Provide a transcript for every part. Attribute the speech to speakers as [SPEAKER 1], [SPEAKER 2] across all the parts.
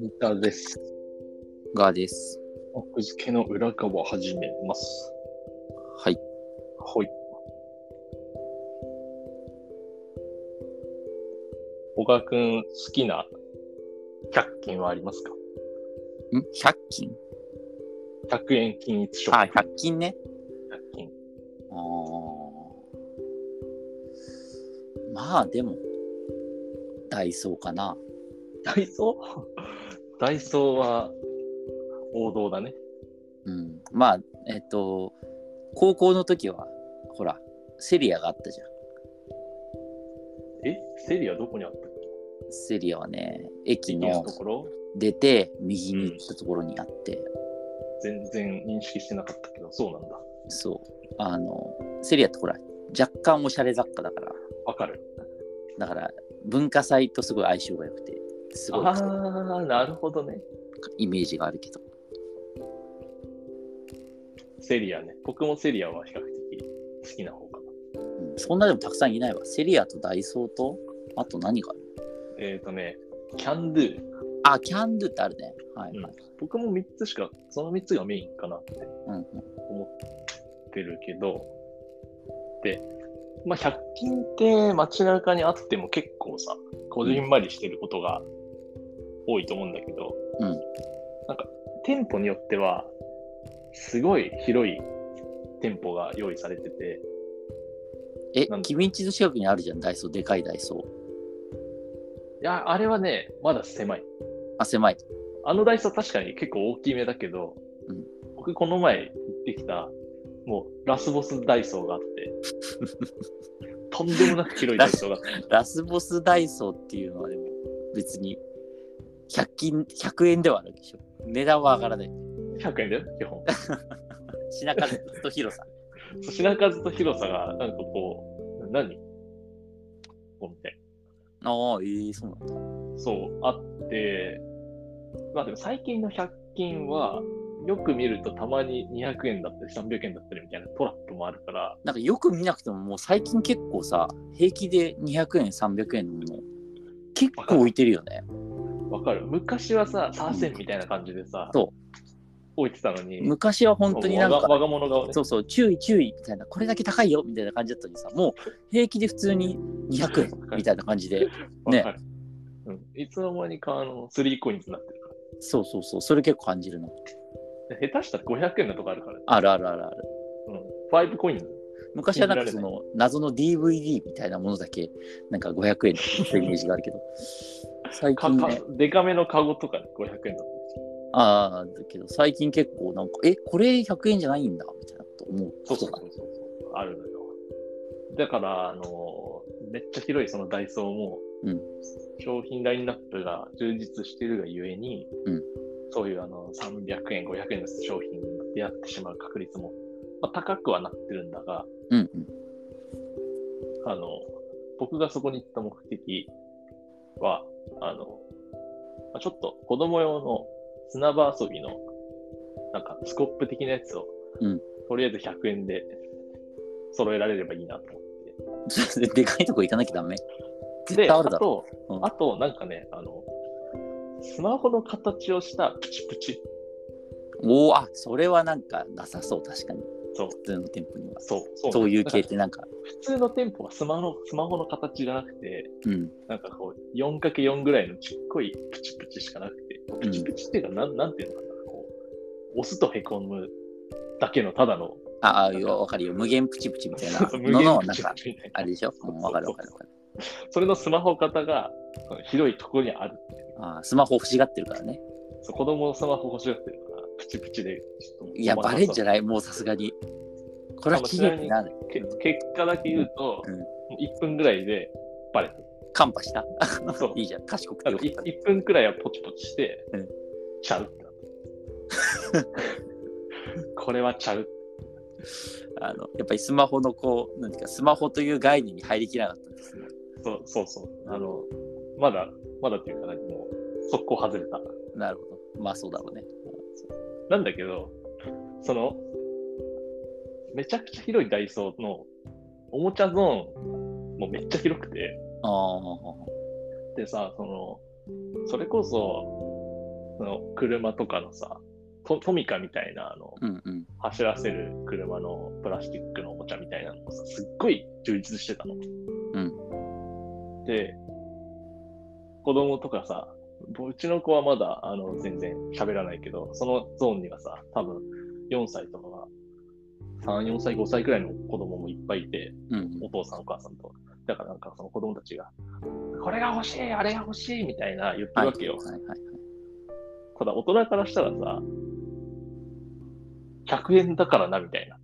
[SPEAKER 1] 三田です。
[SPEAKER 2] ガーです。
[SPEAKER 1] 奥付けの裏側始めます。
[SPEAKER 2] はい。
[SPEAKER 1] はい。小川くん、好きな100均はありますか
[SPEAKER 2] ん ?100 均
[SPEAKER 1] ?100 円均一ショ
[SPEAKER 2] あ、
[SPEAKER 1] ップ。
[SPEAKER 2] 100均ね。
[SPEAKER 1] 100均。
[SPEAKER 2] あーまあでも、ダイソーかな。
[SPEAKER 1] ダイソー ダイソーは王道だね。
[SPEAKER 2] うん。まあ、えっと、高校の時は、ほら、セリアがあったじゃん。
[SPEAKER 1] えセリアどこにあったっけ
[SPEAKER 2] セリアはね、駅
[SPEAKER 1] 今
[SPEAKER 2] の
[SPEAKER 1] のところ
[SPEAKER 2] 出て、右に行ったところにあって、
[SPEAKER 1] 全然認識してなかったけど、そうなんだ。
[SPEAKER 2] そう。あの、セリアってほら、若干おしゃれ雑貨だから、
[SPEAKER 1] わかる。
[SPEAKER 2] だから、文化祭とすごい相性が良くて、すごい
[SPEAKER 1] あー、なるほどね。
[SPEAKER 2] イメージがあるけど。
[SPEAKER 1] セリアね。僕もセリアは比較的好きな方かな。
[SPEAKER 2] うんそんなでもたくさんいないわ。セリアとダイソーと、あと何がある
[SPEAKER 1] えっ、ー、とね、キャンドゥ。
[SPEAKER 2] あ、キャンドゥってあるね。はいはい。
[SPEAKER 1] 僕も3つしか、その3つがメインかなって
[SPEAKER 2] うんうん
[SPEAKER 1] 思ってるけど、で、まあ、100均って街中にあっても結構さ、こじんまりしてることが多いと思うんだけど、
[SPEAKER 2] うん
[SPEAKER 1] なんか店舗によっては、すごい広い店舗が用意されてて、
[SPEAKER 2] え
[SPEAKER 1] なん、だ
[SPEAKER 2] 君んちの近くにあるじゃん、ダイソー。でかいダイソー。
[SPEAKER 1] いや、あれはね、まだ狭い。
[SPEAKER 2] あ、狭い。
[SPEAKER 1] あのダイソー確かに結構大きめだけど、
[SPEAKER 2] うん
[SPEAKER 1] 僕この前行ってきた、もうラスボスダイソーがあ って、とんでもなく広いダイソーがあって、
[SPEAKER 2] ラスボスダイソーっていうのはでも、別に、100均、100円ではあるでしょ。値段は上がらない。
[SPEAKER 1] 100円だよ、基本。
[SPEAKER 2] 品数と広さ。
[SPEAKER 1] そう品数と広さが、なんかこう、何こうみたい
[SPEAKER 2] ああ、ええそうなんだ。
[SPEAKER 1] な。そう、あって、まあでも最近の100均は、よく見るとたまに200円だったり300円だったりみたいなトラップもあるから、
[SPEAKER 2] なんかよく見なくても、もう最近結構さ、平気で200円、300円のもの、結構置いてるよね。
[SPEAKER 1] わかる昔はさ、サーセンみたいな感じでさ、
[SPEAKER 2] そ
[SPEAKER 1] 置いてたのに、
[SPEAKER 2] 昔は本当になん
[SPEAKER 1] わ
[SPEAKER 2] か
[SPEAKER 1] が、我が物顔ね
[SPEAKER 2] そうそう、注意注意みたいな、これだけ高いよみたいな感じだったのにさ、もう平気で普通に200円みたいな感じで、ね
[SPEAKER 1] わかるうん、いつの間にかあの3コインズになってるか
[SPEAKER 2] そうそうそう、それ結構感じるの。
[SPEAKER 1] ら。で下手したら500円のとこあるから、
[SPEAKER 2] あるあるあるある。
[SPEAKER 1] うん、5コインズ。
[SPEAKER 2] 昔はなんかその謎の DVD みたいなものだけ、なんか500円ってイメージがあるけど、最
[SPEAKER 1] か
[SPEAKER 2] 近
[SPEAKER 1] か
[SPEAKER 2] ね、
[SPEAKER 1] でかめのカゴとかで500円だっ
[SPEAKER 2] ああ、だけど最近結構なんか、え、これ100円じゃないんだみたいなこと思うこ
[SPEAKER 1] た
[SPEAKER 2] と
[SPEAKER 1] りしてそう
[SPEAKER 2] が
[SPEAKER 1] そうそうそう。あるのよ。だから、あのめっちゃ広いそのダイソーも、
[SPEAKER 2] うん
[SPEAKER 1] 商品ラインナップが充実してるがゆえに、
[SPEAKER 2] うん
[SPEAKER 1] そういうあの300円、500円の商品に出会ってしまう確率も、まあ、高くはなってるんだが、
[SPEAKER 2] うんうん。
[SPEAKER 1] あの、僕がそこに行った目的は、あの、まあちょっと子供用の砂場遊びの、なんかスコップ的なやつを、
[SPEAKER 2] うん
[SPEAKER 1] とりあえず100円で揃えられればいいなと思
[SPEAKER 2] でかいとこ行かなきゃダメ。
[SPEAKER 1] って。
[SPEAKER 2] 絶
[SPEAKER 1] で、
[SPEAKER 2] 対
[SPEAKER 1] あ
[SPEAKER 2] あるだろ。
[SPEAKER 1] と、
[SPEAKER 2] うん
[SPEAKER 1] あとなんかね、あの、スマホの形をしたプチプチ。
[SPEAKER 2] おお、あ、それはなんかなさそう、確かに。
[SPEAKER 1] そう
[SPEAKER 2] 普通の店舗には。
[SPEAKER 1] そう、そう
[SPEAKER 2] そういう
[SPEAKER 1] なんか
[SPEAKER 2] 系ってなんか、
[SPEAKER 1] 普通の店舗はスマホのスマホの形じゃなくて、
[SPEAKER 2] うん。
[SPEAKER 1] なんかこう、4×4 ぐらいのちっこいプチプチしかなくて、プチプチっていうか、なん、なんていうのかな、こう、押すとへこむだけのただの、
[SPEAKER 2] ああ、わかるよ。無限プチプチみたいな
[SPEAKER 1] 無
[SPEAKER 2] の
[SPEAKER 1] 限
[SPEAKER 2] の、
[SPEAKER 1] プ
[SPEAKER 2] なん
[SPEAKER 1] チ
[SPEAKER 2] か
[SPEAKER 1] プ、チみたいな
[SPEAKER 2] あれでしょ
[SPEAKER 1] そううそうん
[SPEAKER 2] わかるわかるわかる。
[SPEAKER 1] それのスマホ型がその広いところにあるっていう
[SPEAKER 2] ああ、スマホ欲しがってるからね。
[SPEAKER 1] そう子供のスマホ欲しがってるから、プチプチで、ちょっと。
[SPEAKER 2] いや、バレんじゃ
[SPEAKER 1] ゃ
[SPEAKER 2] ないもうさすがに。これは期限になる。
[SPEAKER 1] 結果だけ言うと、
[SPEAKER 2] うん
[SPEAKER 1] 1分ぐらいでバレた。
[SPEAKER 2] カンパした
[SPEAKER 1] そう
[SPEAKER 2] いいじゃん。賢くて
[SPEAKER 1] あ
[SPEAKER 2] よ
[SPEAKER 1] の
[SPEAKER 2] かっ
[SPEAKER 1] い
[SPEAKER 2] た。
[SPEAKER 1] 1分くらいはポチポチして、
[SPEAKER 2] うん
[SPEAKER 1] ちゃうってな った。これはちゃう。
[SPEAKER 2] あの、やっぱりスマホのこう、なんていうか、スマホという概念に入りきらなかったんですね。
[SPEAKER 1] そうそうそう。あの、まだ、まだっていうか、なんかもう、速攻外れた。
[SPEAKER 2] なるほど。まあそうだろうね。
[SPEAKER 1] なんだけど、その、めちゃくちゃ広いダイソーのおもちゃゾーンもめっちゃ広くて、
[SPEAKER 2] ああ、
[SPEAKER 1] でさ、その、それこそ、その車とかのさ、トトミカみたいなあの
[SPEAKER 2] うんうん。
[SPEAKER 1] 走らせる車のプラスチックのおもちゃみたいなのがさ、すっごい充実してたの。で、子供とかさ、ぼうちの子はまだあの全然喋らないけど、そのゾーンにはさ、多分4歳とかが、3、4歳、5歳くらいの子供もいっぱいいて、
[SPEAKER 2] うんうん
[SPEAKER 1] お父さん、お母さんと。だからなんかその子供たちが、これが欲しい、あれが欲しいみたいな言ってるわけよ。
[SPEAKER 2] はいはいはい。
[SPEAKER 1] ただ大人からしたらさ、100円だからなみたいな、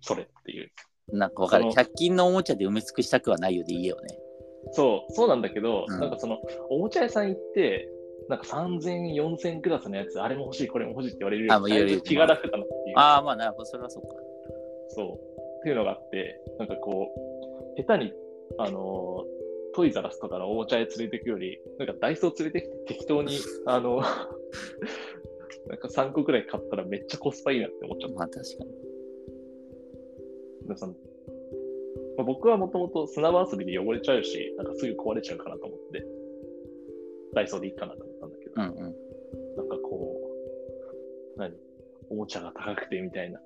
[SPEAKER 1] それっていう。
[SPEAKER 2] なんかわかる。
[SPEAKER 1] その
[SPEAKER 2] 100均のおもちゃで埋め尽くしたくはないよでいいよね。
[SPEAKER 1] そう、そうなんだけど、
[SPEAKER 2] うん
[SPEAKER 1] なんかその、おもちゃ屋さん行って、なんか3000円、4000円クラスのやつ、あれも欲しい、これも欲しいって言われる
[SPEAKER 2] あもう言わ
[SPEAKER 1] よ
[SPEAKER 2] れ
[SPEAKER 1] り、
[SPEAKER 2] る
[SPEAKER 1] だいぶ気が楽だなっていう、
[SPEAKER 2] ああ、まあなるほど。それはそうか。
[SPEAKER 1] そう、っていうのがあって、なんかこう、下手に、あのートイザラスとかのおもちゃ屋連れてくより、なんかダイソー連れてきて適当に、あの、 なんか3個くらい買ったらめっちゃコスパいいなって思っちゃった
[SPEAKER 2] まあ確かに。
[SPEAKER 1] でそのまあ僕はもともと砂場遊びで汚れちゃうし、なんかすぐ壊れちゃうかなと思って、ダイソーでいいかなと思ったんだけど、
[SPEAKER 2] うんうん。
[SPEAKER 1] なんかこう、何おもちゃが高くてみたいな、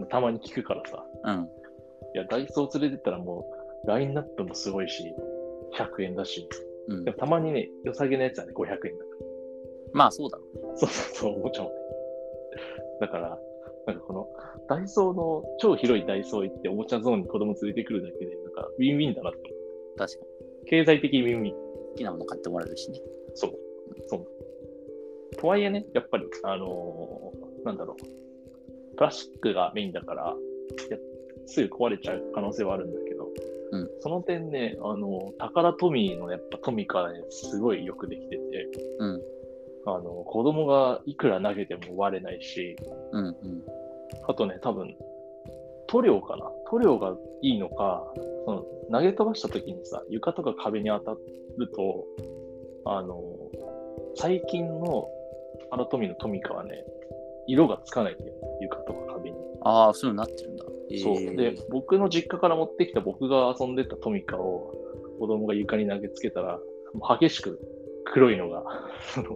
[SPEAKER 1] まあたまに聞くからさ、
[SPEAKER 2] うん。
[SPEAKER 1] いや、ダイソー連れてったらもう、ラインナップもすごいし、100円だし、
[SPEAKER 2] うん
[SPEAKER 1] で、もたまにね、良さげなやつはね、500円だから。
[SPEAKER 2] まあそうだろうね。
[SPEAKER 1] そうそうそう、おもちゃもね。だから、なんかこの、ダイソーの、超広いダイソー行って、おもちゃゾーンに子供連れてくるだけで、なんか、ウィンウィンだなって思
[SPEAKER 2] 確かに。
[SPEAKER 1] う。経済的ウィンウィン。
[SPEAKER 2] 好きなもの買ってもらえるしね。
[SPEAKER 1] そう。そう。とはいえね、やっぱり、あのーなんだろう。プラスチックがメインだから、いやすぐ壊れちゃう可能性はあるんだけど、
[SPEAKER 2] うん
[SPEAKER 1] その点ね、あのー、タカラトミーのやっぱトミカね、すごいよくできてて、
[SPEAKER 2] うん
[SPEAKER 1] あのー、子供がいくら投げても割れないし、
[SPEAKER 2] うんうん。
[SPEAKER 1] あとね、多分、塗料かな塗料がいいのか、その投げ飛ばした時にさ、床とか壁に当たると、あの、最近のアラトミのトミカはね、色がつかないんだよ、床とか壁に。
[SPEAKER 2] ああ、そういうのになってるんだ。えー
[SPEAKER 1] そう。で、僕の実家から持ってきた僕が遊んでたトミカを子供が床に投げつけたら、もう激しく黒いのがその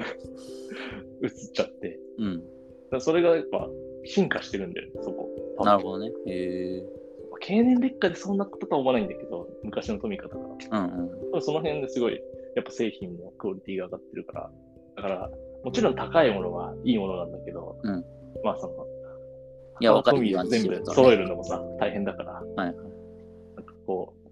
[SPEAKER 1] 映っちゃって、
[SPEAKER 2] うん。
[SPEAKER 1] だからそれがやっぱ進化してるんだよね、そこ。
[SPEAKER 2] なるほどね。へえ。
[SPEAKER 1] 経年劣化でそんなこととは思わないんだけど、昔のトミカとか。
[SPEAKER 2] うんうん。
[SPEAKER 1] その辺ですごい、やっぱ製品のクオリティが上がってるから、だから、もちろん高いものはいいものなんだけど、
[SPEAKER 2] うん
[SPEAKER 1] まあその、
[SPEAKER 2] いや、わか
[SPEAKER 1] ト
[SPEAKER 2] る
[SPEAKER 1] ミ
[SPEAKER 2] よ
[SPEAKER 1] ーを。全
[SPEAKER 2] 仕
[SPEAKER 1] 部
[SPEAKER 2] 事はね
[SPEAKER 1] 揃えるのもさ、大変だから、
[SPEAKER 2] はいはい。
[SPEAKER 1] なんかこう、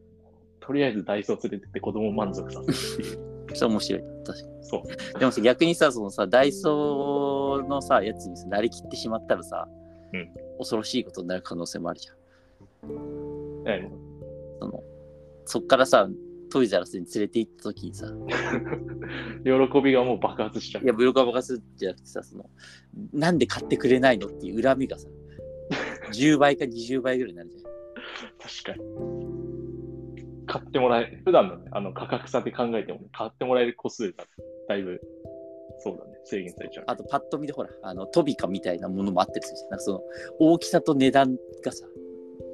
[SPEAKER 1] とりあえずダイソー連れてって子供を満足さ せるっていう。
[SPEAKER 2] それ面白い。確か
[SPEAKER 1] そう。
[SPEAKER 2] に。でもさ逆にさ、そのさ、ダイソーのさ、やつにさ、なりきってしまったらさ、
[SPEAKER 1] うん
[SPEAKER 2] 恐ろしいことになる可能性もあるじゃん。
[SPEAKER 1] え
[SPEAKER 2] その、そっからさ、トイザらスに連れて行った時にさ、
[SPEAKER 1] 喜びがもう爆発しちゃう
[SPEAKER 2] い。や、ブロカバカするじゃなくてさ、その、なんで買ってくれないのっていう恨みがさ、10倍か20倍ぐらいになるじゃん。
[SPEAKER 1] 確かに。買ってもらえ、普段のね、あの価格差で考えても、買ってもらえる個数がだいぶ、そうだね、制限されちゃう。
[SPEAKER 2] あと、パッと見てほら、あの、トビカみたいなものもあってるじゃん。なんかその、大きさと値段がさ、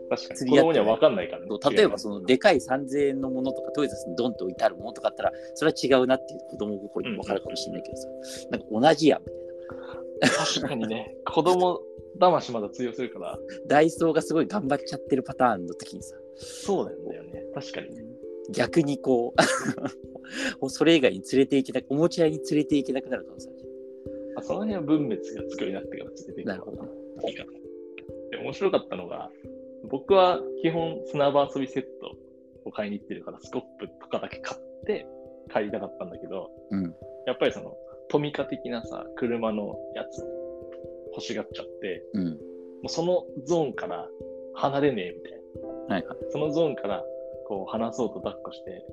[SPEAKER 1] 確かに。
[SPEAKER 2] 釣
[SPEAKER 1] 子
[SPEAKER 2] り合
[SPEAKER 1] 供
[SPEAKER 2] って
[SPEAKER 1] には分かんないからね。
[SPEAKER 2] そう例えばそのでかい3000円のものとかトイザらスにドンと置いてあるものとかあったらそれは違うなっていう子供心にも分かるかもしれないけどさ、なんか同じやんみたい
[SPEAKER 1] 確かにね、子供騙しまだ通用するから、
[SPEAKER 2] なダイソーがすごい頑張っちゃってるパターンの時にさ
[SPEAKER 1] そうなんだよね。確かにね。
[SPEAKER 2] 逆にこうそれ以外に連れていけなくおもちゃ屋に連れていけなくなる可能性ある
[SPEAKER 1] あその辺は分別がつくようになってからつけていくのか
[SPEAKER 2] なる
[SPEAKER 1] な。いいかな。で、面白かったのが、僕は基本砂場遊びセットを買いに行ってるから、スコップとかだけ買って帰りたかったんだけど、
[SPEAKER 2] うん
[SPEAKER 1] やっぱりそのトミカ的なさ、車のやつ欲しがっちゃって、
[SPEAKER 2] うん
[SPEAKER 1] もうそのゾーンから離れねえみたいな。
[SPEAKER 2] はいはい
[SPEAKER 1] そのゾーンから、こう、離そうと抱っこして、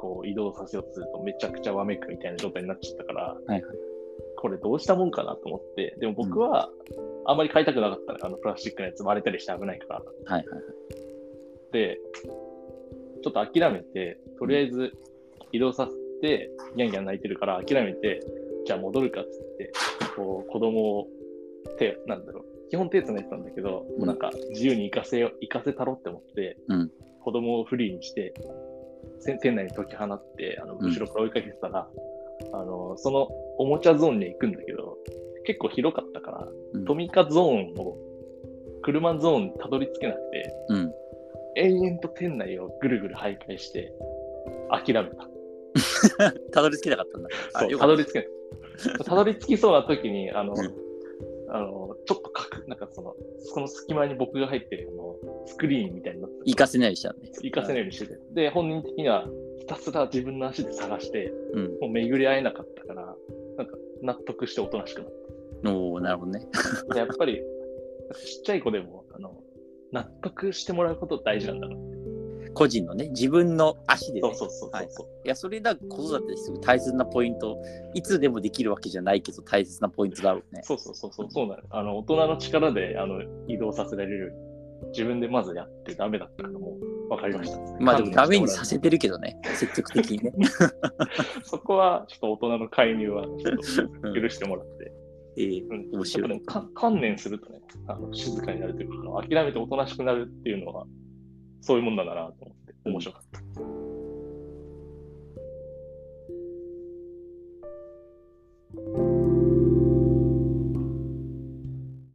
[SPEAKER 1] こう、移動させようとすると、めちゃくちゃわめくみたいな状態になっちゃったから、
[SPEAKER 2] はいはい
[SPEAKER 1] これどうしたもんかなと思って、でも僕は、あんまり買いたくなかったの、あの、プラスチックのやつ割れたりして危ないから。
[SPEAKER 2] はいはい
[SPEAKER 1] で、ちょっと諦めて、とりあえず移動させて、ギャンギャン泣いてるから諦めて、じゃあ戻るかっつって、こう、子供を手、なんだろう、基本手つないでたんだけど、もうなんか自由に行かせよう、行かせたろって思って、
[SPEAKER 2] うん
[SPEAKER 1] 子供をフリーにして、せ店内に解き放って、あの
[SPEAKER 2] うん
[SPEAKER 1] 後ろから追いかけてたら、あの、そのおもちゃゾーンに行くんだけど、結構広かったから、
[SPEAKER 2] うん
[SPEAKER 1] トミカゾーンを、車ゾーンにたどり着けなくて、
[SPEAKER 2] うん。
[SPEAKER 1] 延々と店内をぐるぐる徘徊して、諦めた。
[SPEAKER 2] たどり着けなかったんだ。あ
[SPEAKER 1] そう
[SPEAKER 2] よ
[SPEAKER 1] た
[SPEAKER 2] か
[SPEAKER 1] ど
[SPEAKER 2] っ
[SPEAKER 1] り着け ない。たどり着きそうな時に、あの、
[SPEAKER 2] うん
[SPEAKER 1] あの、ちょっとかく、なんかその、その隙間に僕が入ってる、あの、スクリーンみたいになって
[SPEAKER 2] 行かせないようにしたのね。
[SPEAKER 1] 行かせないようにしてて。で、本人的には、ひたすら自分の足で探して、
[SPEAKER 2] うん。
[SPEAKER 1] もう巡り合えなかったから、なんか、納得しておとなしくなっ
[SPEAKER 2] おおなるほどね。
[SPEAKER 1] た。で、やっぱり、ちっちゃい子でも、あの、納得してもらうこと大事なんだな。
[SPEAKER 2] 個人のね、自分の足で、ね。
[SPEAKER 1] そうそうそうそうそう。
[SPEAKER 2] いや、それだ、子育てですごい大切なポイント。いつでもできるわけじゃないけど、大切なポイントだろうね。
[SPEAKER 1] そうそうそうそう、そうなの。あの、大人の力で、あの、移動させられるように、自分でまずやってダメだったのも分かりました。
[SPEAKER 2] まあでもダメにさせてるけどね、積極的にね。
[SPEAKER 1] そこは、ちょっと大人の介入は、ちょっ
[SPEAKER 2] う
[SPEAKER 1] と
[SPEAKER 2] ん
[SPEAKER 1] 許してもらって。
[SPEAKER 2] ええ
[SPEAKER 1] うん。
[SPEAKER 2] 面白い
[SPEAKER 1] やっぱねか観念するとね、あの静かになるというか、あの諦めておとなしくなるっていうのは、そういうもんだなと思って、面白かっ